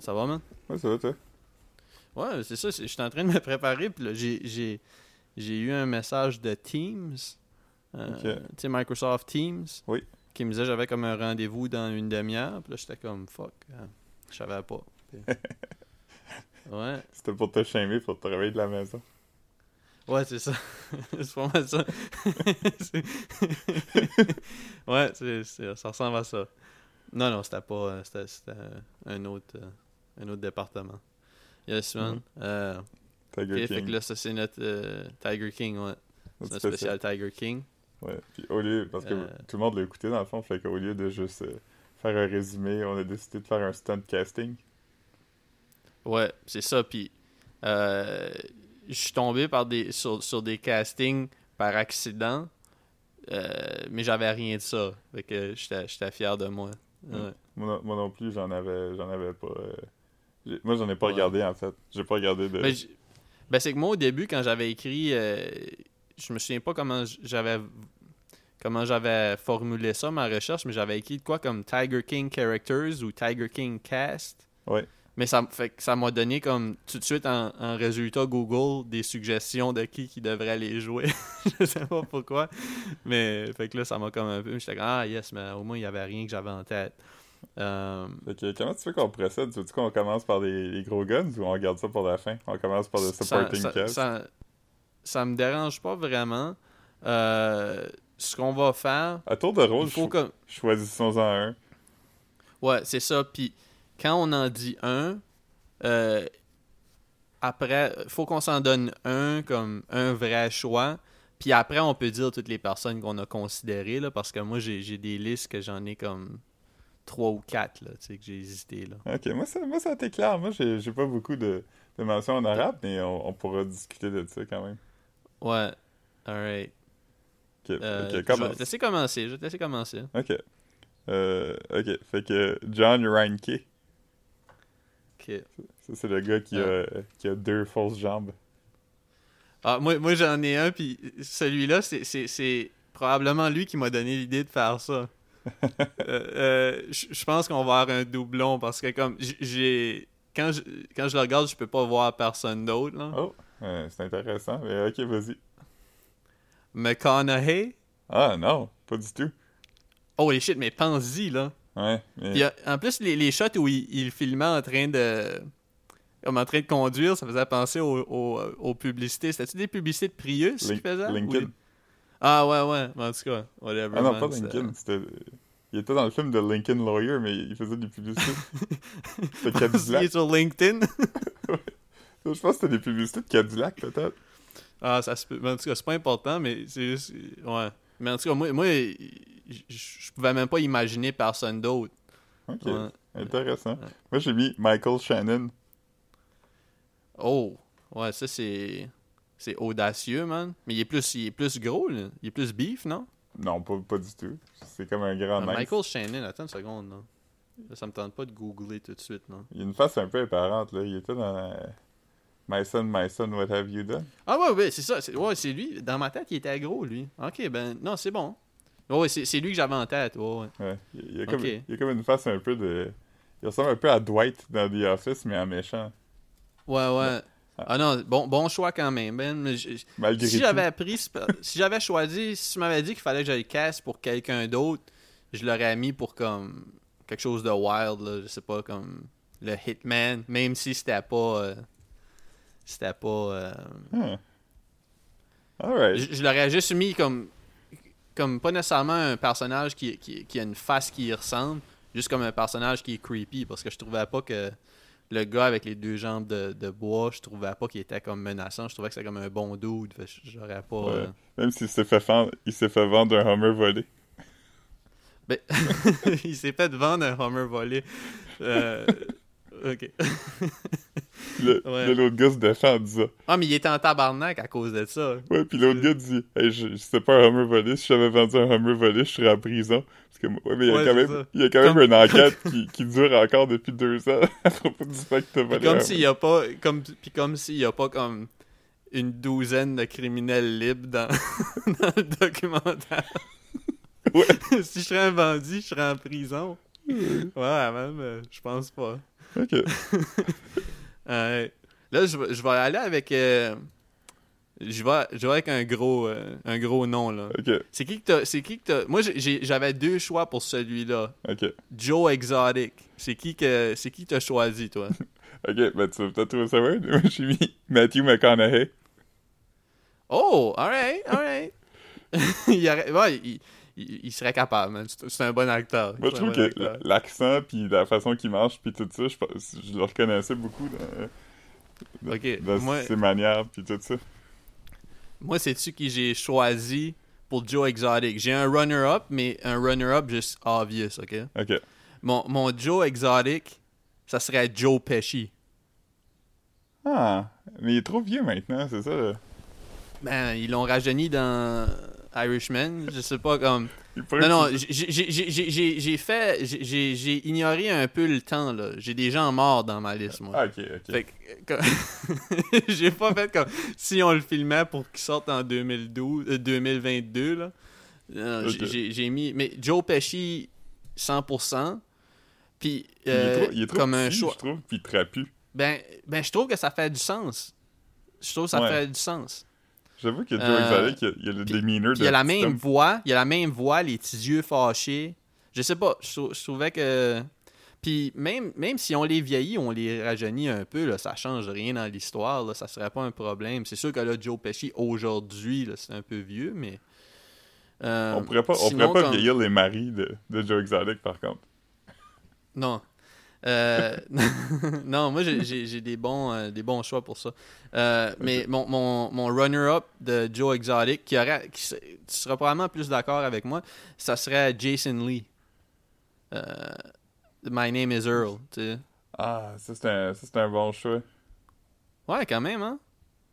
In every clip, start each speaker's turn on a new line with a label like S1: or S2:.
S1: Ça va, man?
S2: Ouais, ça va, toi?
S1: Ouais, c'est ça. c'est- J'étais en train de me préparer, puis là, j'ai- j'ai j'ai eu un message de Teams. euh,
S2: Ok.
S1: Tu sais, Microsoft Teams.
S2: Oui.
S1: Qui me disait j'avais comme un rendez-vous dans une demi-heure. Puis là, j'étais comme, fuck, euh, je savais pas. Puis- ouais,
S2: C'était pour te shamer, pour te réveiller de la maison.
S1: ouais, c'est ça. c'est pas mal ça. C'est- ouais, c'est- c'est- ça ressemble à ça. Non, non, c'était pas. euh, C'était c'était, euh, un autre, euh, un autre département. Yes, man.
S2: Mhm.
S1: Euh,
S2: Tiger
S1: Ok, fait que
S2: King.
S1: là, ça c'est notre euh, Tiger King, ouais. C'est
S2: Notre
S1: notre spécial Tiger King.
S2: Ouais. Puis au lieu, parce que
S1: Euh.
S2: tout le monde l'a écouté dans le fond, fait qu'au lieu de juste euh, faire un résumé, on a décidé de faire un stunt casting.
S1: Ouais, c'est ça. Puis, euh, je suis tombé par des, sur, sur des castings par accident, euh, mais j'avais rien de ça. Fait que j'étais j'étais fier de moi.
S2: Mm.
S1: Ouais.
S2: Moi, non- moi non plus, j'en avais, j'en avais pas. euh, j'ai- Moi, j'en ai pas
S1: Ouais.
S2: regardé en fait. J'ai pas regardé de.
S1: Mais j- ben, c'est que moi, au début, quand j'avais écrit, euh, je me souviens pas comment j- j'avais comment j'avais formulé ça, ma recherche, mais j'avais écrit de quoi comme Tiger King Characters ou Tiger King Cast.
S2: Ouais.
S1: Mais ça, m- fait que ça m'a donné comme tout de suite en, en résultat Google des suggestions de qui qui devrait les jouer. je sais pas pourquoi. Mais fait que là, ça m'a comme un peu. J'étais comme Ah yes, mais au moins il y avait rien que j'avais en tête. Euh,
S2: Fait que, comment tu veux qu'on procède? Tu veux qu'on commence par les, les gros guns ou on garde ça pour la fin? On commence par le supporting
S1: ça,
S2: cast.
S1: ça- ça me dérange pas vraiment. Euh, ce qu'on va faire,
S2: À tour de rôle,
S1: il faut
S2: cho-
S1: comme
S2: choisissons-en un.
S1: ouais, c'est ça. Puis quand on en dit un, euh, après, faut qu'on s'en donne un comme un vrai choix. Puis après, on peut dire toutes les personnes qu'on a considérées là, parce que moi j'ai j'ai des listes que j'en ai comme trois ou quatre là, tu sais que j'ai hésité là.
S2: Ok, moi ça, moi, ça a été clair. Moi, j'ai j'ai pas beaucoup de, de mentions en arabe, mais on, on pourra discuter de ça quand même.
S1: Ouais. Alright.
S2: Ok,
S1: Euh,
S2: ok,
S1: je vais
S2: commence.
S1: te laisser commencer. Je vais te laisser commencer.
S2: Ok. Euh, ok, fait que John Reinke,
S1: Ok.
S2: ça c'est le gars qui, a, qui a deux fausses jambes.
S1: Ah, moi, moi j'en ai un, puis celui-là, c'est- c'est c'est probablement lui qui m'a donné l'idée de faire ça. Euh, euh, je je pense qu'on va avoir un doublon parce que comme j- j'ai quand je quand je le regarde, je peux pas voir personne d'autre là.
S2: Oh, euh, c'est intéressant, mais ok, vas-y.
S1: McConaughey.
S2: Ah non, pas du tout.
S1: Oh les shit, mais pense-y là.
S2: Ouais, mais
S1: Puis, euh, en plus les, les shots où il, il filmait en train de comme en train de conduire, ça faisait penser au- au- euh, aux publicités. C'était-tu des publicités de Prius qu'il
S2: Lin-
S1: faisait? Ou
S2: Lincoln.
S1: des- Ah ouais ouais, en tout cas, whatever.
S2: Ah non,
S1: man,
S2: pas
S1: c'était-
S2: Lincoln, c'était... Il était dans le film de Lincoln Lawyer, mais il faisait des publicités. C'était
S1: Il est
S2: Cadillac.
S1: sur LinkedIn.
S2: Je pense que c'était des publicités de Cadillac, peut-être.
S1: Ah, ça se peut. Mais En tout cas, c'est pas important, mais c'est juste. Ouais. Mais en tout cas, moi, moi j- je pouvais même pas imaginer personne d'autre.
S2: Ok,
S1: Ouais.
S2: intéressant.
S1: Ouais.
S2: Moi, j'ai mis Michael Shannon.
S1: Oh, ouais, ça c'est. C'est audacieux, man. Mais il est plus, il est plus gros, là. Il est plus beef, non?
S2: Non, pas, pas du tout. C'est comme un grand
S1: Ah,
S2: mince.
S1: Michael Shannon, attends une seconde, non? Là, ça me tente pas de googler tout de suite, non?
S2: Il a une face un peu apparente, là. Il était dans euh, My Son, My Son, What Have You Done?
S1: Ah ouais, ouais, c'est ça. c'est- Ouais, c'est lui. Dans ma tête, il était gros, lui. Ok, ben, non, c'est bon. Ouais, ouais, c'est c'est lui que j'avais en tête. Ouais, ouais.
S2: Ouais. Il, il a comme,
S1: Ok.
S2: il a comme une face un peu de... Il ressemble un peu à Dwight dans The Office, mais en méchant.
S1: Ouais, ouais. Ah non, bon, bon choix quand même, Ben. Mais je-
S2: Malgré
S1: si
S2: tout.
S1: j'avais appris, ce pa- si j'avais choisi, si tu m'avais dit qu'il fallait que j'aille casse pour quelqu'un d'autre, je l'aurais mis pour comme quelque chose de wild, là, je sais pas, comme le Hitman, même si c'était pas. euh, c'était pas. euh,
S2: Hmm. Alright.
S1: je je l'aurais juste mis comme. Comme pas nécessairement un personnage qui, qui, qui a une face qui y ressemble, juste comme un personnage qui est creepy, parce que je trouvais pas que. Le gars avec les deux jambes de, de bois, je trouvais pas qu'il était comme menaçant. Je trouvais que c'était comme un bon dude. Fait que J'aurais pas.
S2: Ouais.
S1: euh,
S2: Même s'il s'est fait, fendre- il s'est fait vendre un Hummer volé.
S1: Ben, il s'est fait vendre un Hummer volé. Euh, ok.
S2: Le-
S1: Ouais.
S2: là, l'autre gars se défend en disant
S1: Ah, mais il était en tabarnak à cause de ça.
S2: Ouais, puis l'autre gars dit hey, je, je sais pas un Hummer volé, si j'avais vendu un Hummer volé, je serais en prison. Parce que, ouais, mais il y a
S1: Ouais,
S2: quand,
S1: c'est
S2: même,
S1: ça.
S2: il y a quand même
S1: Comme-
S2: une enquête qui, qui dure encore depuis deux ans à propos du fait que t'as
S1: Puis
S2: volé. un
S1: comme
S2: Hummer.
S1: s'il y a pas, comme, puis comme s'il y a pas comme une douzaine de criminels libres dans, dans le documentaire. si je serais un bandit, je serais en prison. Ouais, même, euh, je pense pas.
S2: Ok.
S1: Euh, là, je, vais- je vais aller avec. euh, je, vais, je vais avec un gros, euh, un gros nom, là.
S2: Ok.
S1: C'est qui que t'as. C'est qui que t'as- Moi, j'ai- j'ai- j'avais deux choix pour celui-là.
S2: Ok.
S1: Joe Exotic. C'est qui que. C'est qui que t'as choisi, toi?
S2: Ok. Ben, tu vas peut-être trouver ça weird. Moi, j'ai mis Matthew McConaughey.
S1: Oh, alright, alright. il, aurait- ouais, il- il- il serait capable, man. C'est c'est un bon acteur.
S2: Moi,
S1: C'est un
S2: je trouve
S1: bon
S2: que
S1: acteur.
S2: l- l'accent, puis la façon qu'il marche, puis tout ça, je, pense- je le reconnaissais beaucoup dans, dans-
S1: Ok,
S2: dans
S1: moi-
S2: ses manières, puis tout ça.
S1: Moi, c'est-tu qui j'ai choisi pour Joe Exotic? J'ai un runner-up, mais un runner-up juste obvious, ok?
S2: Ok.
S1: Mon, mon Joe Exotic, ça serait Joe Pesci.
S2: Ah, mais il est trop vieux maintenant, c'est ça. là.
S1: Ben, ils l'ont rajeuni dans Irishman, je sais pas comme.
S2: Il pourrait
S1: Non, non,
S2: que-
S1: j'ai- j'ai- j'ai j'ai- j'ai- j'ai fait. j'ai- J'ai j'ai ignoré un peu le temps, là. J'ai des gens morts dans ma liste, moi.
S2: Ah, ok, ok.
S1: Fait que. euh, comme- j'ai pas fait comme. Si on le filmait pour qu'il sorte en 2012, euh, 2022, là. Non, j'ai-
S2: Ok.
S1: j'ai- J'ai mis. Mais Joe Pesci, 100%. Puis,
S2: Il est
S1: euh,
S2: trop, il est trop
S1: comme un
S2: petit,
S1: choix.
S2: je trouve, puis trapu.
S1: Ben, ben je trouve que ça fait du sens. Je trouve que ça
S2: Ouais.
S1: fait du sens.
S2: J'avoue que Joe
S1: Euh,
S2: Exotic, il y a- il y a le
S1: puis-
S2: demeanor
S1: Puis
S2: de
S1: il a la
S2: petit
S1: même
S2: homme.
S1: voix, il a la même voix, les petits yeux fâchés. Je sais pas, je, trou- je trouvais que puis même même si on les vieillit, on les rajeunit un peu là, ça change rien dans l'histoire, là, ça serait pas un problème. C'est sûr que là Joe Pesci aujourd'hui, là, c'est un peu vieux mais euh,
S2: On pourrait pas, on
S1: sinon,
S2: pourrait pas
S1: comme-
S2: vieillir les maris de, de Joe Exotic, par contre.
S1: Non. Euh, non, moi j'ai- j'ai j'ai des bons euh, des bons choix pour ça. Euh, Mais mon, mon, mon runner-up de Joe Exotic, qui aurait, qui se- tu seras probablement plus d'accord avec moi, ça serait Jason Lee. Euh, My name is Earl. tu sais.
S2: Ah, ça, c'est un, ça, c'est un bon choix.
S1: Ouais, quand même, hein?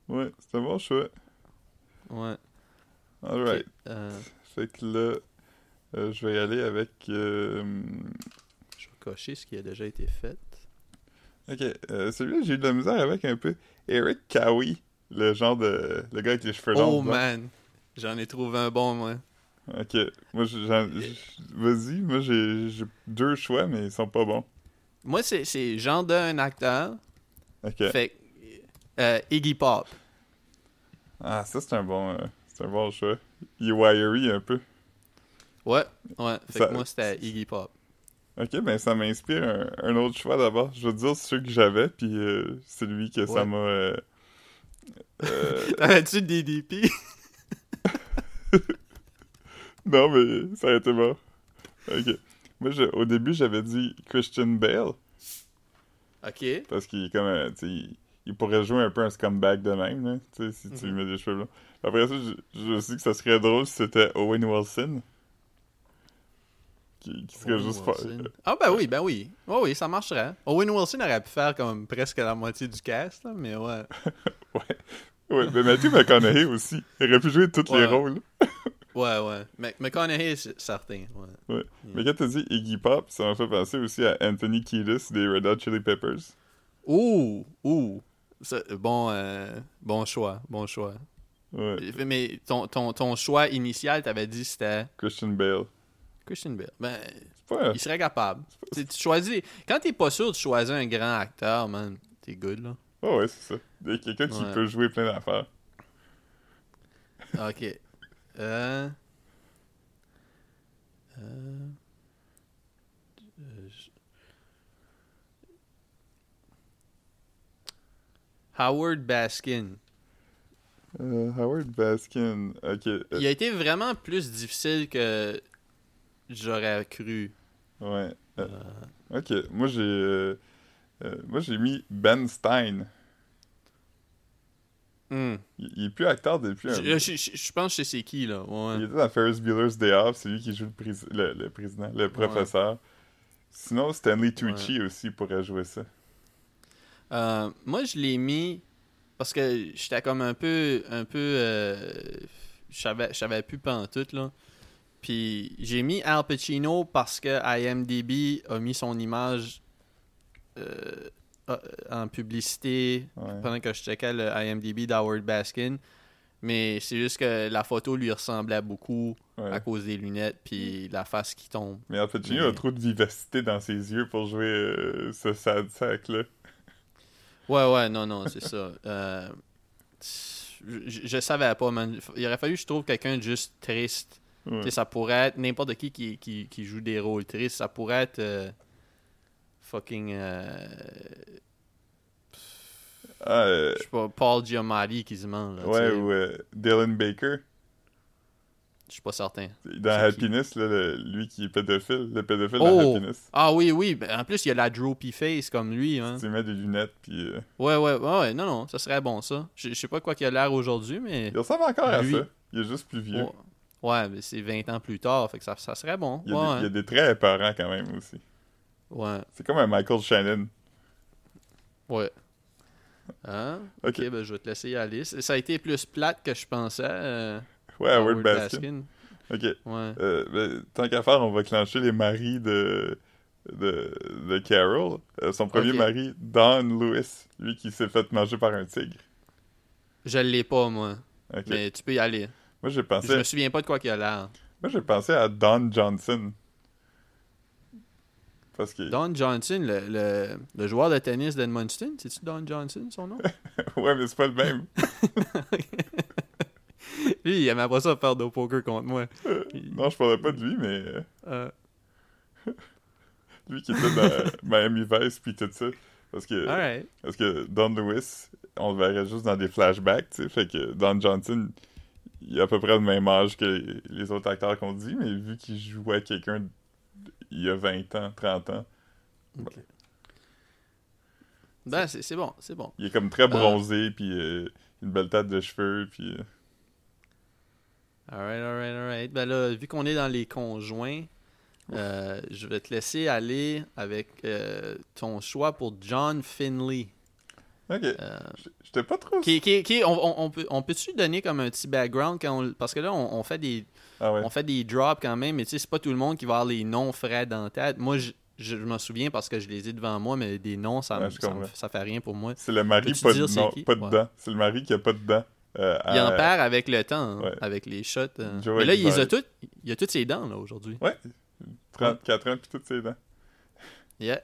S2: Ouais, c'est un bon choix.
S1: Ouais.
S2: Alright.
S1: Euh,
S2: Fait que là, euh, je vais y aller avec. euh,
S1: je vais cocher ce qui a déjà été fait.
S2: Ok, euh, celui-là, j'ai eu de la misère avec un peu. Eric Cowie, le genre de. Le gars avec les cheveux longs.
S1: Oh
S2: blancs.
S1: man! J'en ai trouvé un bon, moi.
S2: Ok, moi, j'ai- j'en- j'- vas-y, moi, j'ai j'ai deux choix, mais ils sont pas bons.
S1: Moi, c'est- c'est genre d'un acteur.
S2: Ok.
S1: Fait que, euh, Iggy Pop.
S2: Ah, ça, c'est un bon. euh, c'est un bon choix. Il est wiry un peu.
S1: Ouais, ouais. Fait
S2: Ça-
S1: que moi, c'était Iggy Pop.
S2: Ok, ben ça m'inspire un, un autre choix d'abord. Je veux te dire ceux que j'avais, puis euh, celui que ça
S1: Ouais.
S2: m'a. euh, euh,
S1: T'avais-tu DDP?
S2: non, mais ça a été bon. Ok. Moi, je- au début, j'avais dit Christian Bale,
S1: Ok.
S2: parce qu'il est comme. un- tu sais, il, il pourrait jouer un peu un scumbag de même, là, tu sais, si tu lui
S1: Mhm.
S2: mets des cheveux blancs. Après ça, je, je me suis dit que ça serait drôle si c'était Owen Wilson. Qui, qui serait
S1: Owen
S2: juste. pas-
S1: Wilson. Ah, ben oui, ben oui. Ouais, oui, ça marcherait. Owen Wilson aurait pu faire comme presque la moitié du cast, là, mais ouais.
S2: Ouais. Ouais, mais Matthew McConaughey aussi. Il aurait pu jouer tous les
S1: Ouais.
S2: rôles.
S1: Ouais, ouais. Mc- McConaughey, c'est certain. Ouais.
S2: Ouais.
S1: Mm.
S2: Mais quand t'as dit Iggy Pop, ça m'a fait penser aussi à Anthony Kiedis des Red Hot Chili Peppers.
S1: Ouh, ouh. Ça, bon, euh, bon choix, bon choix.
S2: Ouais.
S1: Mais ton, ton, ton choix initial, t'avais dit c'était
S2: Christian Bale.
S1: Christian Bale. Ben,
S2: C'est Ah. pas.
S1: il serait capable. Tu tu choisis... Quand t'es pas sûr de choisir un grand acteur, man, t'es good, là.
S2: Oh ouais, c'est ça. Il y a quelqu'un qui
S1: Ouais.
S2: peut jouer plein d'affaires.
S1: Ok. Euh... Euh... euh, je- Howard Baskin.
S2: Euh, Howard Baskin. Ok. euh,
S1: Il a été vraiment plus difficile que j'aurais cru.
S2: Ouais. euh,
S1: Euh,
S2: ok. Moi j'ai. euh, euh, moi j'ai mis Ben Stein.
S1: hmm.
S2: Il, il est plus acteur depuis un.
S1: Je, je- je- je pense que je sais c'est qui, là.
S2: Il
S1: Ouais.
S2: était dans Ferris Bueller's Day Off, c'est lui qui joue le, prés- le, le président, le professeur. Sinon, Stanley Tucci aussi pourrait jouer ça.
S1: Euh, moi, je l'ai mis parce que j'étais comme un peu. Un peu euh, je savais je savais plus pantoute, là. Puis j'ai mis Al Pacino parce que IMDb a mis son image euh, euh, en publicité
S2: Ouais.
S1: pendant que je checkais le IMDb d'Howard Baskin. Mais c'est juste que la photo lui ressemblait beaucoup à cause des lunettes puis la face qui tombe.
S2: Mais en fait, Gino a trop de vivacité dans ses yeux pour jouer euh, ce sad sac là.
S1: Ouais, ouais, non, non, c'est ça. Euh, je, je savais pas, man. Il aurait fallu que je trouve quelqu'un de juste triste.
S2: Ouais.
S1: Tu sais, Ça pourrait être n'importe qui qui, qui qui joue des rôles tristes. Ça pourrait être euh, fucking. euh,
S2: Ah, euh,
S1: je sais pas, Paul Giamatti quasiment. Là, tu
S2: ouais,
S1: sais.
S2: ou euh, Dylan Baker.
S1: Je suis pas certain.
S2: Dans
S1: C'est qui?
S2: Happiness, là, le- lui qui est pédophile, le pédophile dans
S1: Oh!
S2: Happiness.
S1: Ah oui, oui. ben, en plus, il y a la droopy face comme lui. Hein.
S2: Tu mets des lunettes, puis euh,
S1: Ouais, ouais, ouais, ouais. Non, non, ça serait bon ça. Je, je sais pas quoi qu'il a l'air aujourd'hui, mais.
S2: il ressemble encore
S1: Lui. Oh.
S2: à ça. Il est juste plus vieux.
S1: Ouais, Ouais, mais c'est 20 ans plus tard, fait que ça, ça serait bon.
S2: Il y, a
S1: ouais,
S2: des, il y a des traits apparents quand même aussi.
S1: ouais.
S2: C'est comme un Michael Shannon.
S1: Ouais. Hein?
S2: Ok.
S1: Ok, ben, je vais te laisser y aller. C- Ça a été plus plate que je pensais. euh,
S2: Ouais, Howard Baskin. Ok.
S1: Ouais.
S2: Euh, ben, tant qu'à faire, on va clencher les maris de, de, de Carol. Euh, son premier
S1: Ok.
S2: mari, Don Lewis, lui qui s'est fait manger par un tigre.
S1: Je l'ai pas, moi.
S2: Ok. Ah,
S1: Mais tu peux y aller.
S2: Moi, j'ai pensé,
S1: Je me souviens pas de quoi qu'il a l'air.
S2: moi, j'ai pensé à Don Johnson. Parce que.
S1: Don Johnson, le, le, le joueur de tennis d'Edmundston, c'est-tu Don Johnson, son nom?
S2: ouais, mais c'est pas le même.
S1: Lui, il aimait pas ça faire de poker contre moi. Il-
S2: Euh, non, je parlais pas de lui, mais euh,
S1: euh,
S2: lui qui était dans Miami Vice puis tout ça. Parce que,
S1: alright.
S2: parce que Don Lewis, on le verrait juste dans des flashbacks, tu sais. Fait que Don Johnson, il a à peu près le même âge que les, les autres acteurs qu'on dit, mais vu qu'il jouait quelqu'un d- il y a 20 ans, 30 ans,
S1: Ben, c'est c'est bon, c'est bon.
S2: il est comme très bronzé, puis euh, une belle tête de cheveux, puis... euh,
S1: Alright, alright, alright. Ben là, vu qu'on est dans les conjoints, euh, je vais te laisser aller avec euh, ton choix pour John Finley.
S2: Ok,
S1: Euh,
S2: J- j'étais pas trop...
S1: qui, qui, qui- on, on- on peut, on peut-tu donner comme un petit background quand on le- parce que là on, on fait des
S2: Ah ouais,
S1: on fait des drops quand même, mais tu sais c'est pas tout le monde qui va avoir les noms frais dans la tête. Moi je, je, je m'en souviens parce que je les ai devant moi, mais des noms ça, me-
S2: Ouais, je
S1: ça, me-
S2: comprends.
S1: ça fait rien pour moi.
S2: c'est le mari
S1: peux-tu
S2: pas,
S1: dire
S2: de,
S1: c'est
S2: non,
S1: qui?
S2: pas
S1: Ouais.
S2: dedans. C'est le mari qui a pas dedans. Euh,
S1: Il en
S2: à-
S1: perd avec le temps, hein,
S2: ouais.
S1: avec les shots. hein.
S2: Joe
S1: Mais là il les a
S2: Exotic.
S1: toutes, il a toutes ses dents là aujourd'hui.
S2: Ouais, 34 ans, puis toutes ses dents.
S1: Yeah.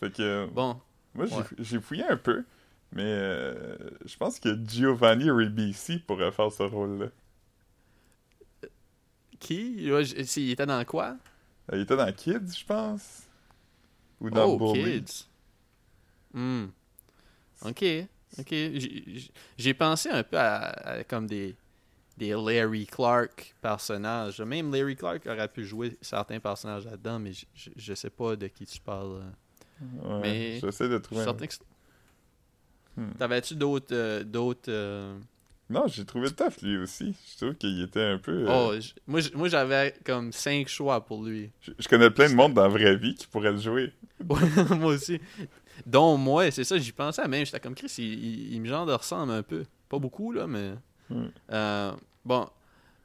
S2: Fait que... euh,
S1: Bon,
S2: Moi, j'ai-
S1: Ouais.
S2: j'ai fouillé un peu, mais euh, je pense que Giovanni Ribisi pourrait faire ce rôle-là.
S1: qui Ouais, je- c'est- il était dans quoi
S2: Euh, Il était dans Kids, je pense. Ou dans
S1: Oh,
S2: Bully.
S1: kids. Hmm. Ok, ok. J'ai- j'ai- J'ai pensé un peu à, à comme des, des Larry Clark personnages. Même Larry Clark aurait pu jouer certains personnages là-dedans, mais je- je je sais pas de qui tu parles.
S2: Ouais,
S1: Mais-
S2: J'essaie de
S1: Je suis
S2: trouver. un-
S1: certain que c'est-
S2: Hmm.
S1: T'avais-tu d'autres... euh, d'autres euh,
S2: Non, j'ai trouvé tough lui aussi. Je trouve qu'il était un peu. euh,
S1: Oh, j- moi, j- moi j'avais comme cinq choix pour lui.
S2: je, je connais plein de monde dans la vraie vie qui pourrait le jouer.
S1: Ouais, moi aussi. Dont moi, c'est ça, j'y pensais même. J'étais comme Chris, il, il- il me genre de ressemble un peu. Pas beaucoup, là, mais.
S2: Hmm.
S1: Euh, bon,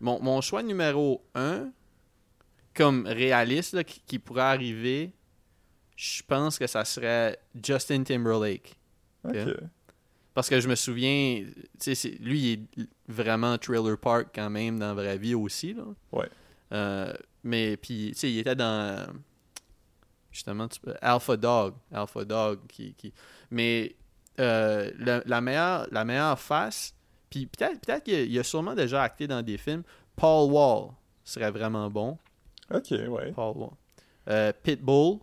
S1: mon, mon choix numéro un, comme réaliste, là, qui, qui pourrait arriver, je pense que ça serait Justin Timberlake.
S2: Ok.
S1: Ok. Parce que je me souviens, tu sais, c'est- lui, il est vraiment Trailer Park quand même dans la vraie vie aussi, là.
S2: Ouais.
S1: Euh, mais puis, tu sais, il était dans euh, justement tu peux- Alpha Dog, Alpha Dog, qui, qui- mais euh, la, la meilleure, la meilleure face, puis peut-être, peut-être qu'il a- il a sûrement déjà acté dans des films. Paul Wall serait vraiment bon.
S2: Ok, ouais.
S1: Paul Wall. Euh, Pitbull.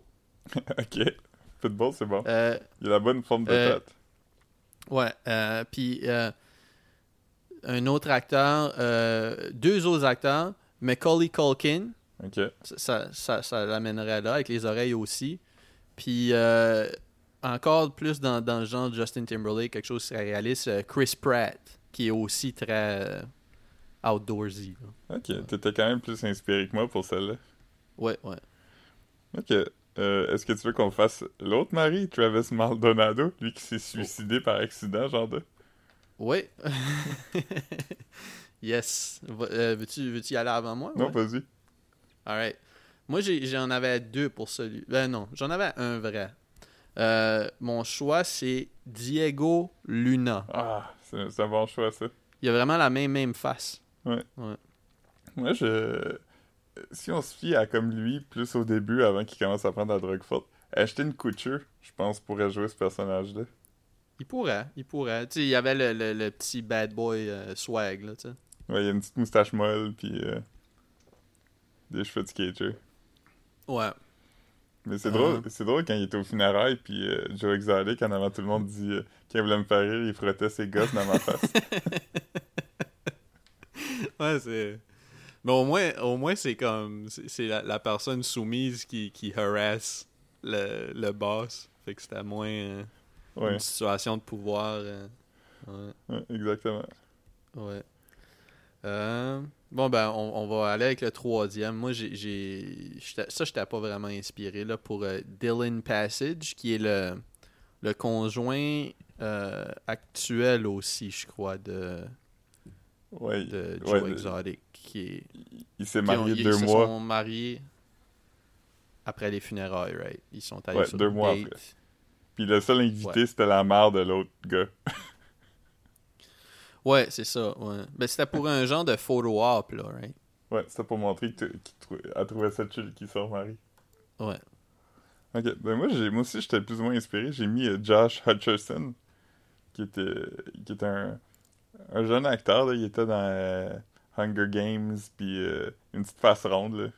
S2: ok. Football, c'est bon.
S1: euh,
S2: Il a la bonne forme de
S1: Euh,
S2: tête.
S1: Ouais. euh, puis euh, un autre acteur, euh, deux autres acteurs, Macaulay Culkin,
S2: Ok.
S1: ça, ça, ça, ça l'amènerait là, avec les oreilles aussi. Puis euh, encore plus dans, dans le genre de Justin Timberlake, quelque chose qui serait réaliste, euh, Chris Pratt, qui est aussi très euh, outdoorsy. là.
S2: Ok. T'étais quand même plus inspiré que moi pour celle-là.
S1: Ouais, ouais.
S2: Ok. Euh, Est-ce que tu veux qu'on fasse l'autre mari, Travis Maldonado, lui qui s'est suicidé par accident, genre de.
S1: Ouais. yes. Va- euh, veux-tu, veux-tu y aller avant moi?
S2: Non,
S1: Ouais.
S2: vas-y.
S1: Alright. Moi, j'ai- j'en avais deux pour celui. Ben non, j'en avais un vrai. Euh, mon choix, c'est Diego Luna.
S2: Ah, c'est c'est un bon choix, ça.
S1: Il Il a vraiment la même, même face.
S2: Moi, je. Si on se fie à comme lui, plus au début, avant qu'il commence à prendre la drogue forte, Ashton Kutcher, je pense, pourrait jouer ce personnage-là.
S1: Il pourrait, il pourrait. Tu sais, il y avait le, le- le petit bad boy euh, swag, là, tu sais.
S2: Ouais, il a une petite moustache molle, puis euh, des cheveux de skater.
S1: Ouais.
S2: Mais c'est
S1: Ah.
S2: drôle, c'est drôle quand il était au funérail, puis euh, Joe Exotic, en avant tout le monde, dit euh, qu'il voulait me faire rire, il frottait ses gosses dans ma face.
S1: ouais, c'est. Mais au moins, au moins c'est comme. C'est c'est la, la personne soumise qui, qui harasse le, le boss. Fait que c'était moins euh,
S2: Ouais,
S1: une situation de pouvoir. euh, ouais.
S2: ouais, exactement.
S1: Ouais. Euh, bon, ben, on, on va aller avec le troisième. Moi, j'ai- j'ai. j'étais- Ça, je t'ai pas vraiment inspiré là, pour euh, Dylan Passage, qui est le, le conjoint euh, actuel aussi, je crois, de,
S2: Ouais, il-
S1: de Joe
S2: ouais, le-
S1: Exotic. Qui est,
S2: il s'est
S1: qui ont-
S2: marié
S1: ils
S2: deux
S1: se
S2: mois.
S1: sont mariés après les funérailles, right? Ils sont allés
S2: Ouais,
S1: sur
S2: deux
S1: une
S2: mois
S1: date.
S2: après. Puis le seul invité,
S1: Ouais.
S2: c'était la mère de l'autre gars.
S1: Ouais, c'est ça. Ouais. Ben, c'était pour un genre de photo op, là, right?
S2: Ouais, c'était pour montrer que- qu'il trou- elle trouvait ça chill qu'ils sont mariés.
S1: Ouais.
S2: Ok, ben moi, j'ai- moi aussi, j'étais plus ou moins inspiré. J'ai mis euh, Josh Hutcherson, qui était, qui était un, un jeune acteur. Là. Il était dans euh, Hunger Games, puis euh, une petite face ronde. Là.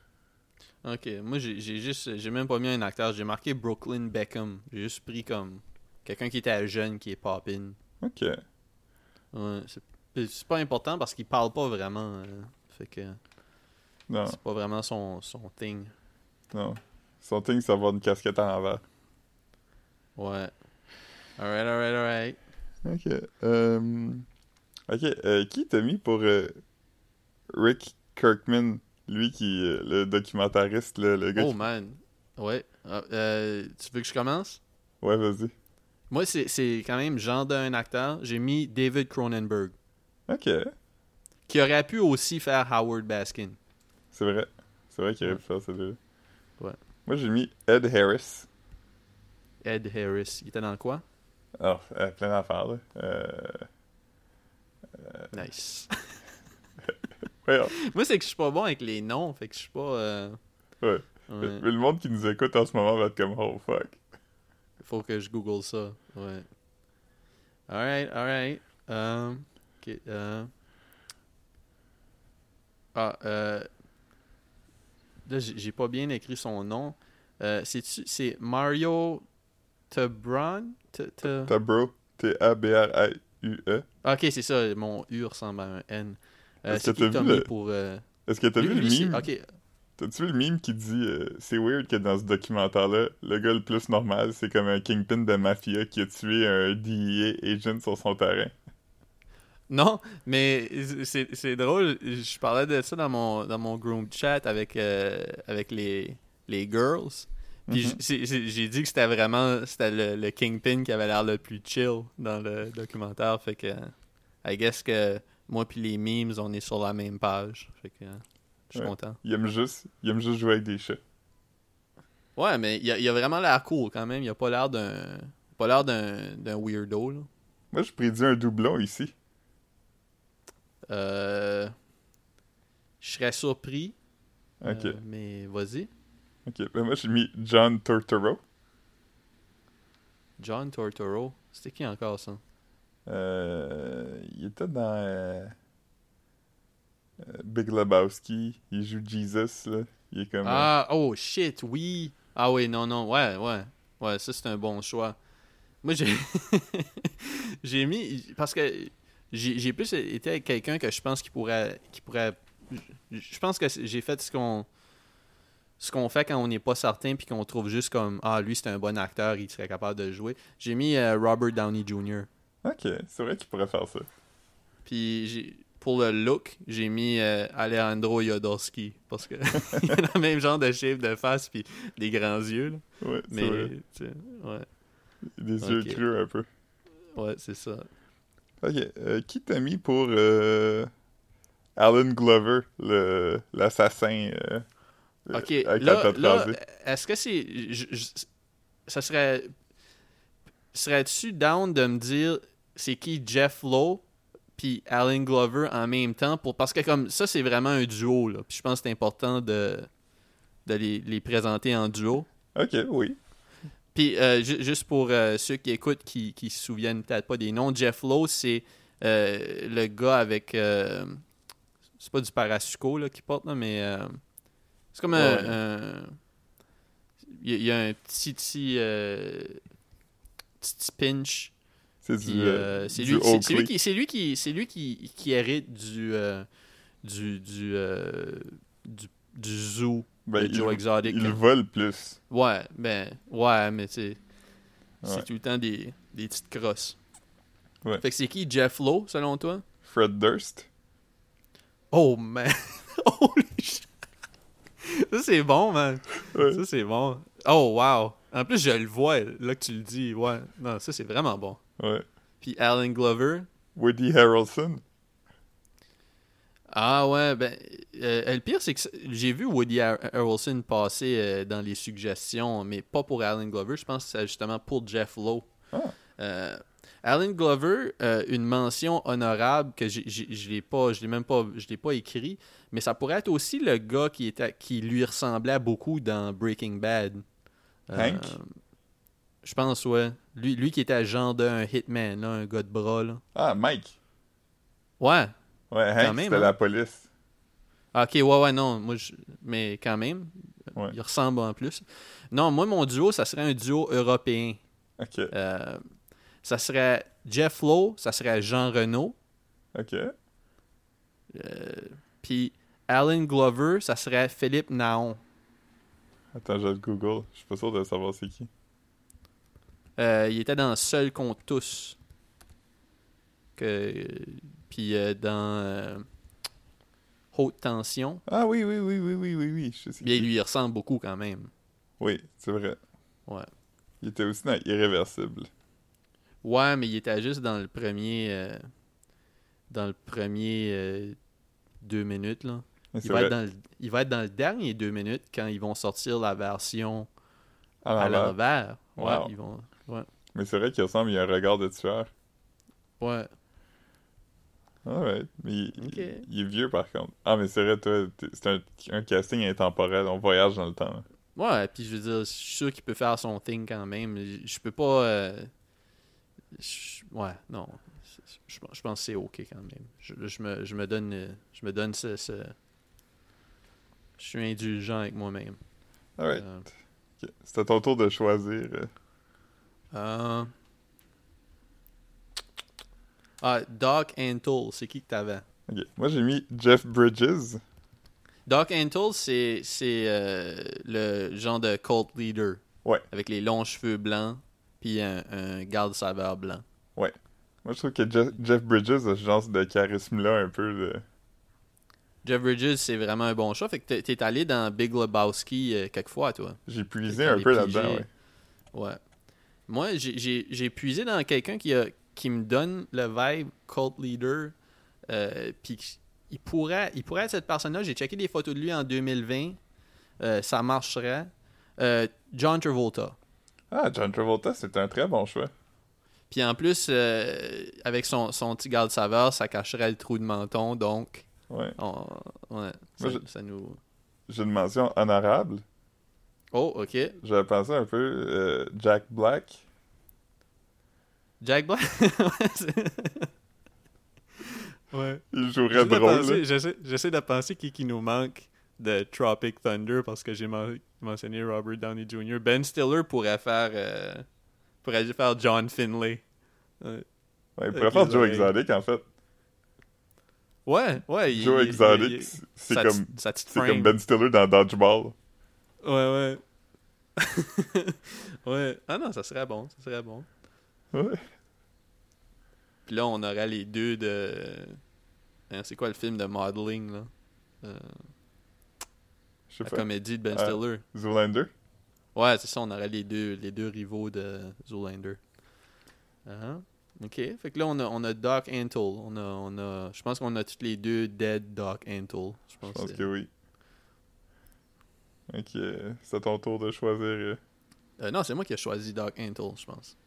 S1: Ok, moi j'ai j'ai juste, j'ai même pas mis un acteur, j'ai marqué Brooklyn Beckham. J'ai juste pris comme quelqu'un qui était jeune qui est Poppin.
S2: Ok,
S1: Ouais, c'est- puis c'est pas important parce qu'il parle pas vraiment. euh, fait que
S2: non,
S1: c'est pas vraiment son, son thing.
S2: non. Son thing, c'est avoir une casquette en avant.
S1: Ouais. Alright, alright, alright.
S2: Ok, euh, ok, euh, qui t'a mis pour euh, Rick Kirkman, lui qui est le documentariste, le, le gars
S1: Oh
S2: qui...
S1: man. Ouais. Ah, euh, tu veux que je commence?
S2: Ouais, vas-y.
S1: Moi c'est c'est quand même genre d'un acteur. J'ai mis David Cronenberg.
S2: Ok,
S1: Qui aurait pu aussi faire Howard Baskin.
S2: c'est vrai. C'est vrai qu'il aurait
S1: Ouais.
S2: pu faire celui-là.
S1: Ouais.
S2: Moi, j'ai mis Ed Harris.
S1: Ed Harris. Il était dans quoi?
S2: Alors, euh, plein d'affaires, là. Euh...
S1: Nice.
S2: Ouais,
S1: Moi, c'est que je suis pas bon avec les noms, fait que je suis pas. euh,
S2: ouais.
S1: ouais.
S2: Mais le monde qui nous écoute en ce moment va être comme « Oh, fuck
S1: Faut que je google ça. Ouais. Alright, alright. Euh, ok, euh. Ah, euh. Là, j'ai j'ai pas bien écrit son nom. Euh, c'est-tu- c'est Mario Tebron? Te- te- ».
S2: T'as bro. T-A-B-R-I-U-E.
S1: Ah, Ok, c'est ça. Mon U ressemble à un N. Euh,
S2: Est-ce
S1: c'est
S2: que Ah, t'as
S1: qui t'as
S2: vu
S1: mis
S2: le-
S1: pour. euh,
S2: Est-ce que t'as
S1: lui-
S2: vu le
S1: lui, c'est-
S2: meme?
S1: Ok,
S2: T'as-tu vu le meme qui dit euh, C'est weird que dans ce documentaire-là, le gars le plus normal, c'est comme un kingpin de mafia qui a tué un DEA agent sur son terrain.
S1: Non, mais c'est c'est drôle. Je parlais de ça dans mon, dans mon groom chat avec, euh, avec les, les girls. Puis
S2: Mhm.
S1: j'ai- j'ai j'ai dit que c'était vraiment c'était le, le Kingpin qui avait l'air le plus chill dans le documentaire. Fait que, I guess que moi puis les memes, on est sur la même page. Fait que, hein, je suis
S2: Ouais.
S1: content.
S2: Il aime juste, il aime juste jouer avec des chats.
S1: Ouais, mais il a, il a vraiment l'air cool quand même. Il a pas l'air d'un pas l'air d'un d'un weirdo. Là.
S2: Moi, je prédis un doublon ici.
S1: Euh, je serais surpris.
S2: Ok,
S1: euh, mais vas-y.
S2: ok. Ben, moi, j'ai mis John Turturro.
S1: John Tortoro. C'était qui encore ça?
S2: Euh, il était dans euh, euh, Big Lebowski. Il joue Jesus, là. Il est comme. euh,
S1: Ah, oh shit, oui. Ah oui, non, non, ouais, ouais. Ouais, ça c'est un bon choix. Moi j'ai. j'ai mis. Parce que j'ai j'ai plus été avec quelqu'un que je pense qui pourrait. Qui pourrait je- je pense que c'est- j'ai fait ce qu'on. Ce qu'on fait quand on n'est pas certain puis qu'on trouve juste comme Ah, lui c'est un bon acteur, il serait capable de jouer. J'ai mis euh, Robert Downey Jr.
S2: euh, Ok, c'est vrai qu'il pourrait faire ça.
S1: Puis j'ai- pour le look, j'ai mis euh, Alejandro Jodorowsky parce que il a le même genre de shape de face puis des grands yeux. là.
S2: Ouais, c'est
S1: Mais
S2: vrai.
S1: tu sais, ouais,
S2: Des yeux
S1: ok.
S2: creux un peu.
S1: ouais, c'est ça.
S2: Ok, euh, qui t'a mis pour euh, Alan Glover, le l'assassin euh, euh,
S1: Ok,
S2: avec la
S1: là,
S2: tête
S1: là,
S2: rasée?
S1: est-ce que c'est, je- je- ça serait, serais-tu down de me dire c'est qui Jeff Lowe puis Alan Glover en même temps pour parce que comme ça c'est vraiment un duo là puis je pense que c'est important de de les, les présenter en duo
S2: Ok, oui.
S1: puis euh, ju- juste pour euh, ceux qui écoutent qui qui se souviennent peut-être pas des noms Jeff Lowe c'est euh, le gars avec euh, c'est pas du parasuco là qu'il porte là mais euh, c'est comme un-
S2: Ouais.
S1: un il y, a- il y a un petit petit euh, petit petit pinch
S2: C'est
S1: puis,
S2: du, euh,
S1: euh, c'est
S2: du
S1: lui, c'est- c'est lui
S2: Oakley.
S1: qui, c'est lui qui, c'est lui qui, qui hérite du, euh, du, du, euh, du, du zoo
S2: Ben,
S1: de Joe
S2: il,
S1: Exotic.
S2: il
S1: là.
S2: vole plus.
S1: Ouais, ben, ouais, mais c'est,
S2: Ouais.
S1: c'est tout le temps des, des petites crosses.
S2: Ouais.
S1: Fait que c'est qui Jeff Lowe selon toi
S2: Fred Durst.
S1: Oh man, holy shit. Ça c'est bon man,
S2: Ouais.
S1: ça c'est bon. Oh wow. En plus je le vois là que tu le dis, ouais. Non, ça c'est vraiment bon.
S2: Ouais.
S1: Puis Alan Glover,
S2: Woody Harrelson.
S1: Ah ouais, ben euh, le pire c'est que ça- j'ai vu Woody Har- Harrelson passer euh, dans les suggestions, mais pas pour Alan Glover, je pense que c'est justement pour Jeff Lowe.
S2: Ah.
S1: Euh, Alan Glover, euh, une mention honorable que j'ai- j'ai- je l'ai pas, je l'ai même pas, je l'ai pas écrit, mais ça pourrait être aussi le gars qui était, qui lui ressemblait beaucoup dans Breaking Bad. Euh,
S2: Hank?
S1: Je pense ouais, lui, lui qui était agent d'un hitman, là, un gars de bras là.
S2: Ah, Mike.
S1: Ouais,
S2: Ouais, Hank,
S1: même,
S2: c'était
S1: hein.
S2: la police.
S1: Ah, Ok, ouais, ouais, non. Moi, je- Mais quand même,
S2: Ouais.
S1: il ressemble en plus. Non, moi, mon duo, ça serait un duo européen.
S2: Ok,
S1: Euh, ça serait Jeff Lowe, ça serait Jean Renault, euh,
S2: ok.
S1: puis Alan Glover, ça serait Philippe Naon.
S2: Attends, je le Google. Je suis pas sûr de savoir c'est qui.
S1: Euh, il était dans Seul contre tous. Que... Puis euh, dans euh, Haute Tension.
S2: Ah oui, oui, oui, oui, oui, oui, oui. Je sais c'est
S1: Bien,
S2: qui.
S1: lui, il ressemble beaucoup quand même.
S2: Oui, c'est vrai.
S1: Ouais.
S2: Il était aussi dans Irréversible.
S1: Ouais, mais il était juste dans le premier. euh, dans le premier. euh, deux minutes, là.
S2: Mais
S1: Il
S2: c'est
S1: va,
S2: vrai.
S1: être dans le, il va être dans le dernier deux minutes quand ils vont sortir la version
S2: À
S1: à
S2: l'envers.
S1: l'envers. Ouais,
S2: Ah, Wow.
S1: ils vont. Ouais.
S2: Mais c'est vrai qu'il ressemble, il a un regard de tueur.
S1: Ouais.
S2: Alright. Mais il,
S1: Ok.
S2: il- il est vieux par contre. Ah, mais c'est vrai, toi, t'es- c'est un, un casting intemporel. On voyage dans le temps. là.
S1: Ouais, puis je veux dire, je suis sûr qu'il peut faire son thing quand même. Je, je peux pas. euh, je- ouais, non. Je, je pense que c'est ok quand même. Je, je me, je me donne. euh, Je me donne ce. ce- Je suis indulgent avec moi-même.
S2: Alright.
S1: Euh,
S2: Ah ok. C'était ton tour de choisir. euh.
S1: Euh... Ah, Doc Antle, c'est qui que t'avais?
S2: Ok. Moi, j'ai mis Jeff Bridges.
S1: Doc Antle, c'est c'est, euh, le genre de cult leader.
S2: Ouais.
S1: Avec les longs cheveux blancs, puis un, un garde saveur blanc.
S2: Moi, je trouve que Jeff, Jeff Bridges a ce genre de charisme-là un peu. de-
S1: Jeff Bridges, c'est vraiment un bon chat. Fait que t'es- t'es allé dans Big Lebowski euh, quelquefois, toi.
S2: J'ai puisé
S1: Quand
S2: un
S1: les
S2: peu là-dedans,
S1: pigés-
S2: ouais.
S1: Ouais. Moi, j'ai- j'ai j'ai puisé dans quelqu'un qui, a, qui me donne le vibe cult leader. euh, Puis qui- il pourrait, il pourrait être cette personne-là. J'ai checké des photos de lui en 2020. euh, ça marcherait. Euh, John Travolta.
S2: Ah, John Travolta, c'est un très bon choix.
S1: Puis en plus, euh, avec son, son petit garde saveur, ça cacherait le trou de menton. Donc,
S2: Ouais.
S1: on- ouais, ça,
S2: Moi, je-
S1: ça nous.
S2: J'ai une mention honorable.
S1: Oh, ok.
S2: J'avais pensé un peu euh, Jack Black.
S1: Jack Black. ouais.
S2: Il
S1: J'essaie
S2: jouerait
S1: de
S2: drôle.
S1: penser-
S2: là.
S1: J'essaie j'essaie de penser qui, qui nous manque de Tropic Thunder parce que j'ai men- mentionné Robert Downey Jr. Ben Stiller pourrait faire euh, pourrait faire John Finlay.
S2: Ouais, il
S1: Avec
S2: pourrait faire
S1: les
S2: Joe
S1: oreilles.
S2: Exotic en fait.
S1: Ouais, ouais. il-
S2: Joe
S1: il- il-
S2: Exotic,
S1: il-
S2: c'est
S1: sa
S2: comme,
S1: petite- sa petite
S2: c'est
S1: frame.
S2: comme Ben Stiller dans Dodgeball.
S1: Ouais, ouais. ouais. Ah non, ça serait bon, ça serait bon.
S2: Ouais.
S1: Puis là, on aurait les deux de. Hein, c'est quoi le film de modeling, là Euh,
S2: Je sais
S1: La
S2: pas.
S1: comédie de Ben
S2: Ah.
S1: Stiller.
S2: Zoolander.
S1: Ouais, c'est ça, on aurait les deux, les deux rivaux de Zoolander. Ah, Ok, fait que là, on a, on a Doc Antle. On a, on a, je pense qu'on a toutes les deux dead Doc Antle. Je
S2: Je
S1: pense,
S2: pense
S1: que-
S2: que oui. Ok, euh, c'est ton tour de choisir. euh.
S1: Euh, non, c'est moi qui ai choisi Doc Antle, je pense.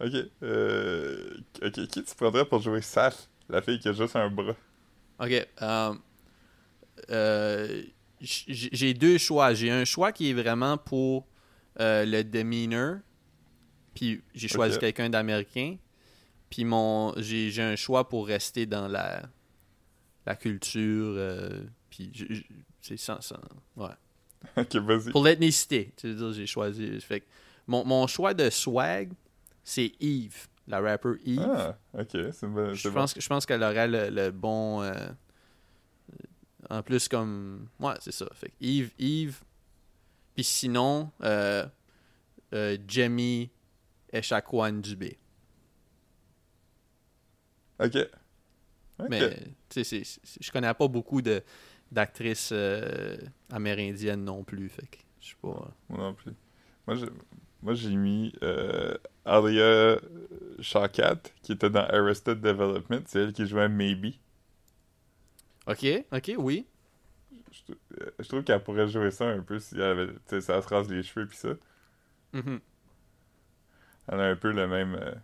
S2: Ok, euh... ok, qui tu prendrais pour jouer Saf La fille qui a juste un bras.
S1: Ok. euh, euh, j- j'ai deux choix. J'ai un choix qui est vraiment pour euh, le demeanor. Puis j'ai choisi
S2: Ok.
S1: quelqu'un d'américain. Puis mon j'ai j'ai un choix pour rester dans la, la culture. euh, puis j- j- c'est sans, sans- ouais.
S2: ok, vas-y.
S1: Pour l'ethnicité. Tu veux dire, j'ai choisi. Fait que mon, mon choix de swag, c'est Eve. La rapper Eve.
S2: Ah, ok, c'est bon.
S1: Je pense, que- je pense qu'elle aurait le, le bon. euh, en plus, comme. Ouais, c'est ça. Fait que Yves, Yves. Puis sinon, euh, euh, Jamie Echaquan Dubé.
S2: Ok. Ok.
S1: Mais, tu sais, c'est- c'est- je connais pas beaucoup de d'actrices euh, amérindiennes non plus. Fait que je sais pas.
S2: Moi non plus. Moi, j'ai, moi, j'ai mis euh, Aria Shawkat, qui était dans Arrested Development. C'est elle qui jouait Maybe.
S1: Ok, ok, oui.
S2: Je, euh, je trouve qu'elle pourrait jouer ça un peu si elle avait. Tu sais, ça se rase les cheveux, puis ça.
S1: Mhm.
S2: Elle a un peu le même. euh,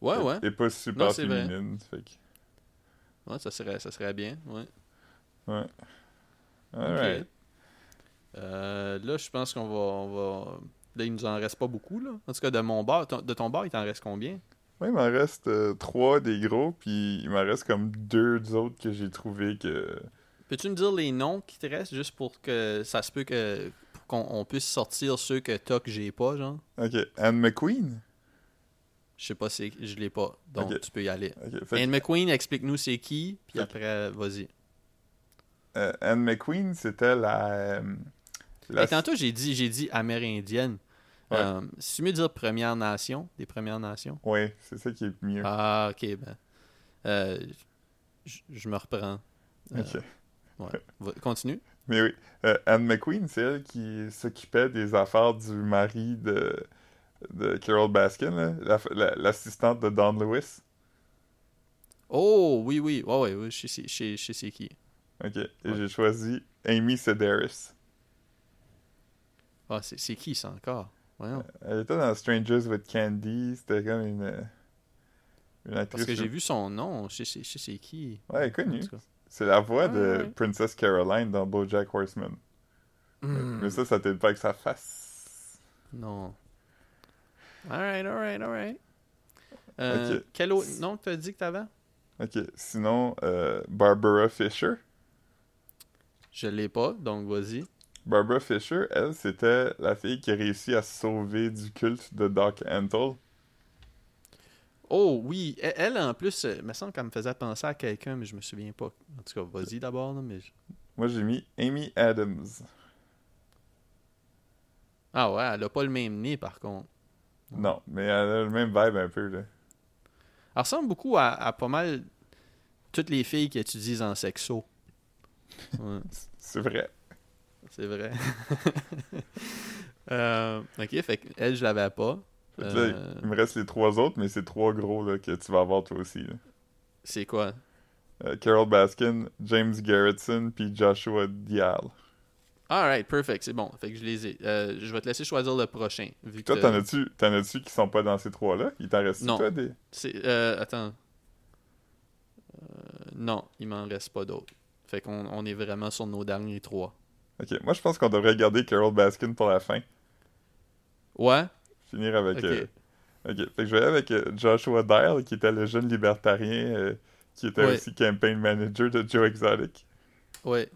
S1: Ouais,
S2: elle-
S1: ouais.
S2: Elle est pas super
S1: Non, c'est vrai.
S2: féminine. Fait que.
S1: Ouais, ça serait, ça serait bien. Ouais.
S2: Ouais.
S1: Ok.
S2: Alright.
S1: Euh, là, je pense qu'on va, on va. Là, il nous en reste pas beaucoup, là. En tout cas, de mon bar, ton- de ton bar, il t'en reste combien
S2: Ouais, il m'en reste euh, trois des gros, puis il m'en reste comme deux autres que j'ai trouvé que.
S1: Peux-tu me dire les noms qui te restent juste pour que ça se peut que. pour qu'on on puisse sortir ceux que t'as que j'ai pas, genre
S2: Ok, Anne McQueen.
S1: Je sais pas si je l'ai pas. Donc,
S2: Ok.
S1: tu peux y aller.
S2: Ok, fait que,
S1: Anne McQueen, explique-nous c'est qui, puis
S2: Ok.
S1: après, vas-y.
S2: euh, Anne McQueen, c'était la. euh, la-
S1: Et tantôt, j'ai dit, j'ai dit amérindienne.
S2: Ouais.
S1: Euh, c'est mieux de dire Première Nation, des Premières Nations.
S2: Ouais, c'est ça qui est mieux.
S1: Ah, ok, ben. euh, je- je me reprends. Euh,
S2: Ok.
S1: ouais. Va- Continue.
S2: Mais oui, euh, Anne McQueen, c'est elle qui s'occupait des affaires du mari de, de Carol Baskin, là, la- la- l'assistante de Don Lewis.
S1: Oh, oui, oui. Ouais, ouais, ouais, je sais, je sais- je sais c'est qui.
S2: Ok, et
S1: Ouais.
S2: j'ai choisi Amy Sedaris.
S1: Ah, c'est c'est qui ça encore? Voyons.
S2: Elle était dans Strangers with Candy, c'était comme une, euh, une
S1: Parce
S2: actrice.
S1: que j'ai
S2: de-
S1: vu son nom, je sais, je sais c'est qui.
S2: Ouais, elle est connue.
S1: En tout cas.
S2: C'est la voix
S1: Ah,
S2: de
S1: ouais.
S2: Princess Caroline dans BoJack Horseman. Mais-
S1: Hmm,
S2: Mais ça, ça t'aide pas avec sa face.
S1: Non. Alright, alright, alright. Euh,
S2: Ok.
S1: Quel autre nom que t'as dit que t'avais?
S2: Ok, sinon, euh, Barbara Fisher.
S1: Je l'ai pas, donc vas-y.
S2: Barbara Fisher, elle, c'était la fille qui a réussi à se sauver du culte de Doc Antle.
S1: Oh oui, elle, elle, en plus, euh, me semble qu'elle me faisait penser à quelqu'un, mais je me souviens pas. En tout cas, vas-y d'abord, là, mais... je-
S2: Moi, j'ai mis Amy Adams.
S1: Ah ouais, elle a pas le même nez, par contre.
S2: Non, mais elle a le même vibe un peu, là.
S1: Elle ressemble beaucoup à, à pas mal toutes les filles qui étudient en sexo. Ouais.
S2: C'est vrai.
S1: C'est vrai. Euh, ok, fait que elle, je l'avais pas.
S2: Fait que là,
S1: Euh.
S2: il me reste les trois autres, mais c'est trois gros, là, que tu vas avoir toi aussi, là.
S1: C'est quoi
S2: Euh, Carol Baskin, James Garretson, puis Joshua Dial.
S1: Alright, perfect, c'est bon. Fait que je les ai. Euh, je vais te laisser choisir le prochain. Vu
S2: Toi,
S1: que-
S2: t'en as-tu, t'en as-tu qui sont pas dans ces trois-là? Il t'en reste
S1: Euh. Non.
S2: toi des...
S1: C'est- euh, attends. Euh, non, il m'en reste pas d'autres. Fait qu'on on est vraiment sur nos derniers trois.
S2: Ok, moi je pense qu'on devrait garder Carol Baskin pour la fin.
S1: Ouais
S2: Finir avec...
S1: Ok.
S2: euh, Ok, fait que je vais aller avec euh, Joshua Dial, qui était le jeune libertarien, euh, qui était
S1: Ouais.
S2: aussi campaign manager de Joe Exotic.
S1: Ouais.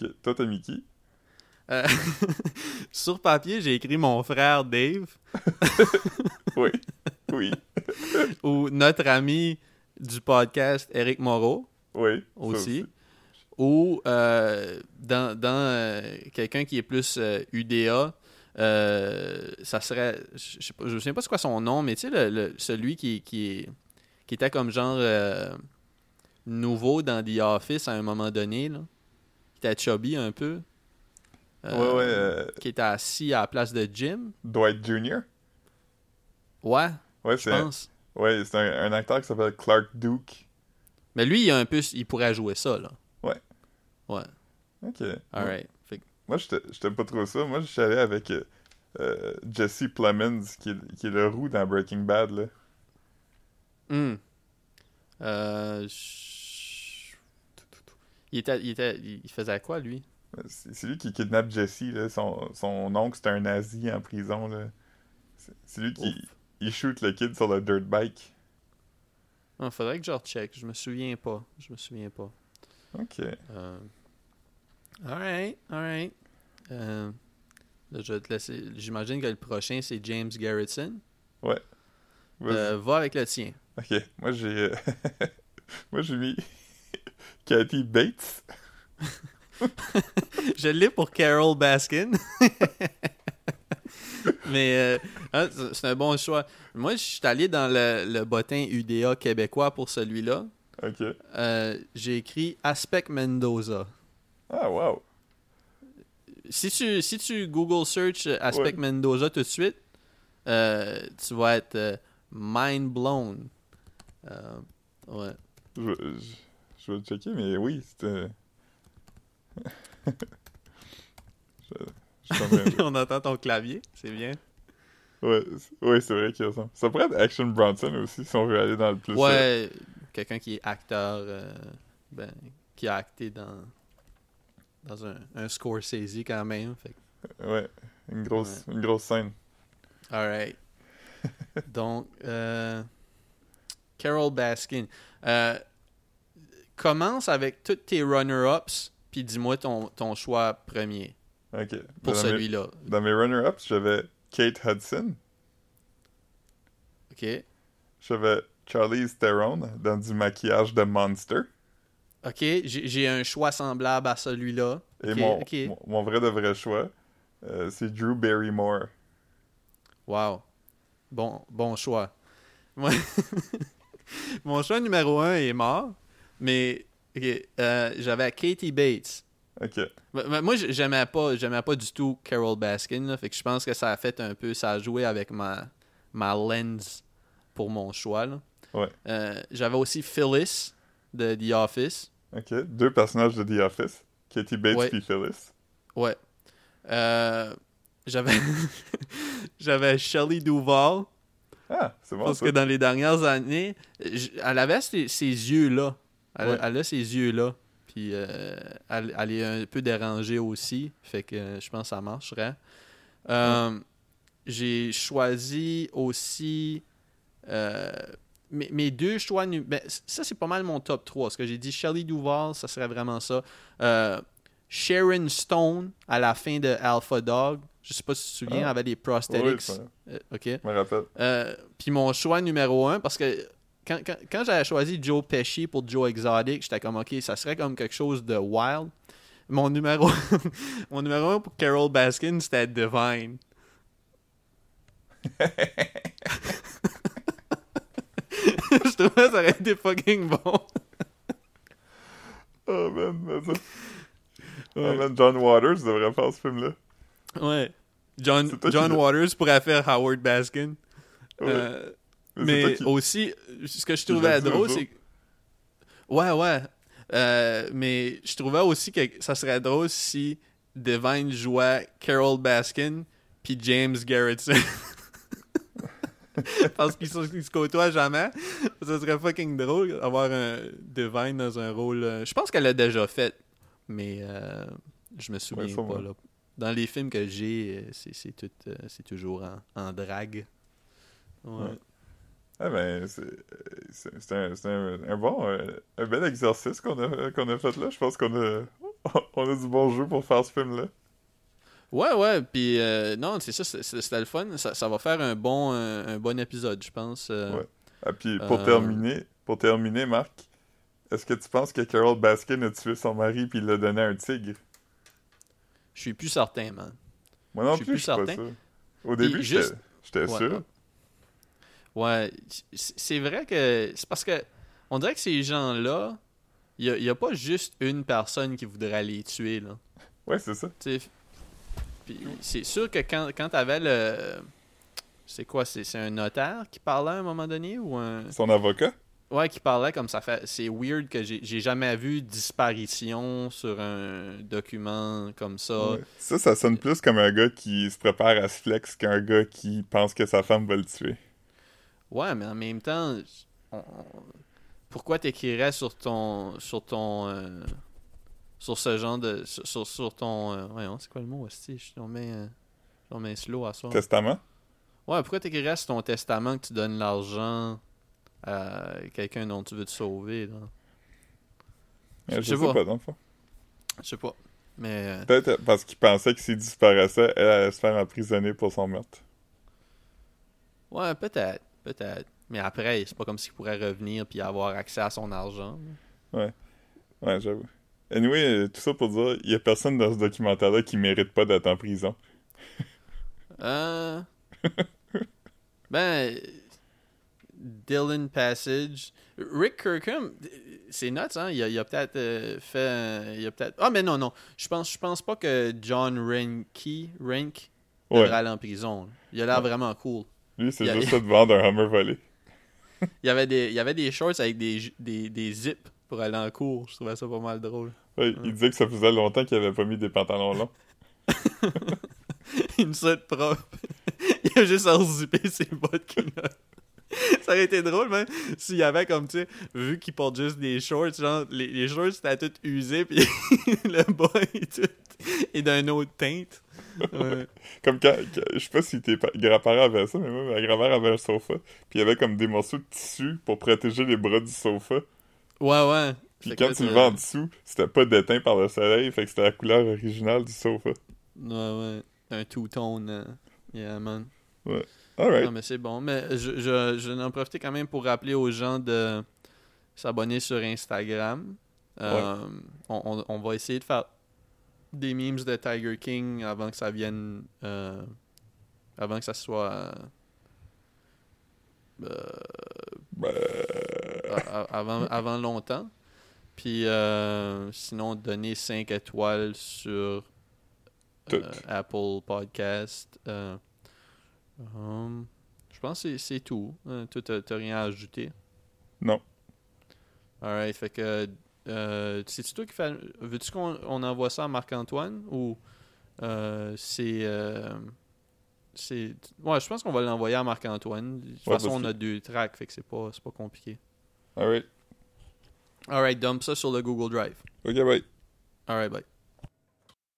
S2: Ok, Toi, t'as Mickey.
S1: Euh, sur papier, j'ai écrit mon frère Dave
S2: Oui, oui,
S1: ou notre ami du podcast Eric Moreau.
S2: oui. ça
S1: aussi. Ou euh, dans, dans euh, quelqu'un qui est plus euh, UDA, euh, ça serait. Je je sais pas- je me souviens pas c'est quoi son nom, mais tu sais, le- le- celui qui, qui, est- qui était comme genre euh, nouveau dans The Office à un moment donné, là, qui était chubby un peu.
S2: Ouais,
S1: euh,
S2: ouais. euh,
S1: Qui était assis à la place de Jim.
S2: Dwight Jr.
S1: Ouais,
S2: Ouais,
S1: je
S2: c'est, un,
S1: pense.
S2: ouais, c'est un, un acteur qui s'appelle Clark Duke.
S1: Mais lui, il, a un peu, il pourrait jouer ça, là.
S2: Ouais.
S1: Ouais,
S2: Ok.
S1: alright. Fait que-
S2: Moi, j'étais j'étais pas trop ça. Moi, je suis allé avec euh, euh, Jesse Plemons, qui est, qui est le roux dans Breaking Bad, là.
S1: Hmm, Euh, je- il, était, il, était, il faisait quoi, lui
S2: C'est c'est lui qui kidnappe Jesse, là. Son, son oncle, c'est un nazi en prison, là. C'est- C'est lui qui il shoot le kid sur le dirt bike.
S1: Il Ah, faudrait que je recheck. Je me souviens pas. Je me souviens pas.
S2: Ok.
S1: Euh... Alright, alright. Euh, là, je vais te laisser. J'imagine que le prochain, c'est James Garrison.
S2: Vas-y.
S1: Euh, va avec le tien.
S2: Ok. Moi, j'ai. euh, Moi, j'ai mis. Kathy Bates.
S1: Je l'ai pour Carol Baskin. Mais euh, hein, c'est- c'est un bon choix. Moi, je suis allé dans le, le bottin UDA québécois pour celui-là.
S2: Ok.
S1: Euh, J'ai écrit Aspect Mendoza.
S2: Ah, wow.
S1: Si tu, si tu Google search euh, Aspect Mendoza tout de suite, euh, tu vas être euh, mind blown. Euh, ouais.
S2: Je, je, je vais checker, mais oui, c'était. je, je suis en train de-
S1: On entend ton clavier, c'est bien.
S2: ouais, c'est- ouais, c'est vrai qu'il ressemble. Ça pourrait être Action Bronson aussi, si on veut aller dans le plus. euh,
S1: Ouais, quelqu'un qui est acteur, euh, ben, qui a acté dans, dans un, un Scorsese quand même. Fait que-
S2: euh, ouais, une grosse, une grosse scène.
S1: alright. Donc, euh, Carol Baskin, euh, commence avec tous tes runner-ups, puis dis-moi ton, ton choix premier
S2: Ok.
S1: pour
S2: dans, mes,
S1: celui-là.
S2: dans mes runner-ups, j'avais Kate Hudson,
S1: OK?
S2: j'avais Charlize Theron dans du maquillage de Monster.
S1: OK, j'ai- j'ai un choix semblable à celui-là.
S2: Et
S1: Ok,
S2: mon,
S1: ok.
S2: mon, mon vrai de vrai choix, euh, c'est Drew Barrymore.
S1: Wow. Bon, bon choix. Moi- Mon choix numéro un est mort, mais ok, euh, j'avais Katie Bates.
S2: Ok.
S1: Ben, ben, Moi, j- j'aimais pas, j'aimais pas du tout Carol Baskin, là, fait que je pense que ça a fait un peu, ça a joué avec ma, ma lens pour mon choix. là.
S2: Ouais.
S1: Euh, j'avais aussi Phyllis de The Office.
S2: Ok. Deux personnages de The Office, Katie
S1: Ouais.
S2: Bates et Phyllis.
S1: Ouais. Euh, j'avais, j'avais Shelley Duvall.
S2: Ah, c'est bon
S1: Parce
S2: ça.
S1: que dans les dernières années, j- elle avait ces, ces yeux-là. Elle,
S2: Ouais.
S1: elle a ces yeux-là. Puis euh, elle, elle est un peu dérangée aussi. Fait que euh, je pense que ça marcherait. Euh, J'ai choisi aussi. euh, mes, mes deux choix. nu- ben, c- ça, c'est pas mal mon top 3. Ce que j'ai dit, Shelley Duvall, ça serait vraiment ça. Euh, Sharon Stone, à la fin de Alpha Dog. Je sais pas si tu te souviens,
S2: Ah.
S1: elle avait des
S2: Oui,
S1: prosthetics.
S2: ça,
S1: Euh, ok.
S2: je me rappelle.
S1: Euh, puis mon choix numéro un, parce que quand, quand- quand j'avais choisi Joe Pesci pour Joe Exotic, j'étais comme, OK, ça serait comme quelque chose de wild. Mon numéro, mon numéro un pour Carol Baskin, c'était Divine. Je trouvais que ça aurait été fucking bon.
S2: Oh man, mais ça. Oh man, John Waters devrait faire ce film-là.
S1: Ouais. John,
S2: C'est toi qui
S1: John
S2: l'as-
S1: Waters pourrait faire Howard Baskin.
S2: Ouais.
S1: Euh,
S2: Mais c'est
S1: Mais
S2: toi qui-
S1: aussi, euh, ce que je
S2: Tu l'as
S1: trouvais
S2: dit un
S1: drôle,
S2: jour.
S1: c'est. que- Ouais, ouais. Euh, mais je trouvais aussi que ça serait drôle si Divine jouait Carol Baskin puis James Garrison. Parce qu'ils sont- ils se côtoient jamais. Ça serait fucking drôle d'avoir un Divine dans un rôle. euh, Je pense qu'elle l'a déjà fait, mais euh, je me souviens
S2: sûrement.
S1: pas. Là. Dans les films que j'ai, euh, c'est c'est tout, euh, c'est toujours en, en drague. ouais.
S2: Ouais. Ah ben, c'est c'est- c'est un, c'est un, un bon, euh, un, bel exercice qu'on a, qu'on a fait là. Je pense qu'on a, on a du bon jeu pour faire ce film-là.
S1: Ouais, ouais, puis euh, non, c'est ça, c'est- c'est- c'était le fun. Ça, ça va faire un bon, un, un bon épisode, je pense. euh.
S2: Ouais. Ah, puis pour
S1: Euh.
S2: terminer, pour terminer, Marc, est-ce que tu penses que Carol Baskin a tué son mari puis il l'a donné à un tigre?
S1: Je suis plus certain, man.
S2: Moi non
S1: Je suis
S2: plus,
S1: plus
S2: je suis pas
S1: certain.
S2: sûr. Au
S1: Puis
S2: début,
S1: juste-
S2: j'étais j'étais
S1: Ouais.
S2: sûr.
S1: Ouais, c- c'est vrai que c'est parce que on dirait que ces gens-là, il n'y a, pas juste une personne qui voudrait les tuer, là.
S2: Ouais, c'est ça.
S1: Tu sais, Puis c'est sûr que quand, quand t'avais le. C'est quoi, c'est c'est un notaire qui parlait à un moment donné ou un.
S2: Son avocat?
S1: Ouais, qui parlait comme ça fait. C'est weird que j'ai j'ai jamais vu disparition sur un document comme ça.
S2: Ouais. Ça, ça sonne plus comme un gars qui se prépare à se flex qu'un gars qui pense que sa femme va le tuer.
S1: Ouais, mais en même temps, on- on- pourquoi t'écrirais sur ton sur ton euh, sur ce genre de sur, sur- sur ton euh, voyons, c'est quoi le mot aussi je suis tombé euh, je suis tombé slow à soir.
S2: Testament?
S1: Ouais, pourquoi t'écrirais sur ton testament que tu donnes l'argent à quelqu'un dont tu veux te sauver là? Je
S2: Euh, Je,
S1: sais
S2: sais
S1: pas.
S2: pas, dans le fond.
S1: Je sais pas. Mais euh,
S2: Peut-être euh, parce qu'il pensait que s'il disparaissait, elle allait se faire emprisonner pour son meurtre.
S1: ouais, peut-être, peut-être. Mais après, c'est pas comme s'il pourrait revenir puis avoir accès à son argent.
S2: Ouais, j'avoue. Anyway, euh, tout ça pour dire, il y a personne dans ce documentaire-là qui mérite pas d'être en prison.
S1: Euh... ben, Dylan Passage. Rick Kirkham, c'est nuts, hein? Il a, il a peut-être euh, fait. un- Il a peut-être. Ah, mais non, non. Je pense, je pense pas que John Renke, Rank
S2: Ouais.
S1: devrait aller en prison. Il a l'air vraiment cool.
S2: Lui, c'est
S1: Il y a-
S2: juste ça de vendre un Hummer volé.
S1: Il y avait des, il y avait des shorts avec des, ju- des, des zips pour aller en cours. Je trouvais ça pas mal drôle.
S2: Ouais,
S1: Ouais.
S2: Il disait que ça faisait longtemps qu'il avait pas mis des pantalons longs.
S1: Une seule prof. il a juste enzippé ses bottes qu'il a. Ça aurait été drôle, même s'il y avait comme, tu sais, vu qu'il porte juste des shorts, genre, les, les shorts c'était tout usé, puis le bas est tout. est d'un autre teinte. Ouais.
S2: Comme quand, quand- je sais pas si tes pa- grands-parents avaient ça, mais moi, ma grand-mère avait un sofa, puis il y avait comme des morceaux de tissu pour protéger les bras du sofa.
S1: Ouais, ouais.
S2: Puis
S1: Fait que
S2: quand
S1: là,
S2: tu le vends en dessous, c'était pas déteint par le soleil, fait que c'était la couleur originale du sofa.
S1: Ouais, ouais. Un two-tone. euh, Yeah, man.
S2: Alright.
S1: Non, mais c'est bon. Mais je, je, je vais en profiter quand même pour rappeler aux gens de s'abonner sur Instagram. Euh, on, on- on va essayer de faire des memes de Tiger King avant que ça vienne. euh, avant que ça soit. euh, euh,
S2: Ben,
S1: a- a- avant, avant longtemps. Puis euh, sinon, donner 5 étoiles sur
S2: Tout.
S1: euh, Apple Podcast. Euh, hum, je pense que c'est- c'est tout. Euh, Toi, t'as t'as rien à ajouter?
S2: Non.
S1: Alright, fait que... euh, C'est-tu toi qui fais... Veux-tu qu'on on envoie ça à Marc-Antoine ou euh, c'est... euh, c'est... Ouais, je pense qu'on va l'envoyer à Marc-Antoine. De toute
S2: Ouais,
S1: façon,
S2: parce
S1: on
S2: que-
S1: a deux tracks, fait que c'est pas, c'est pas compliqué.
S2: alright.
S1: Alright, dump ça sur le Google Drive.
S2: Ok, bye.
S1: Alright, bye.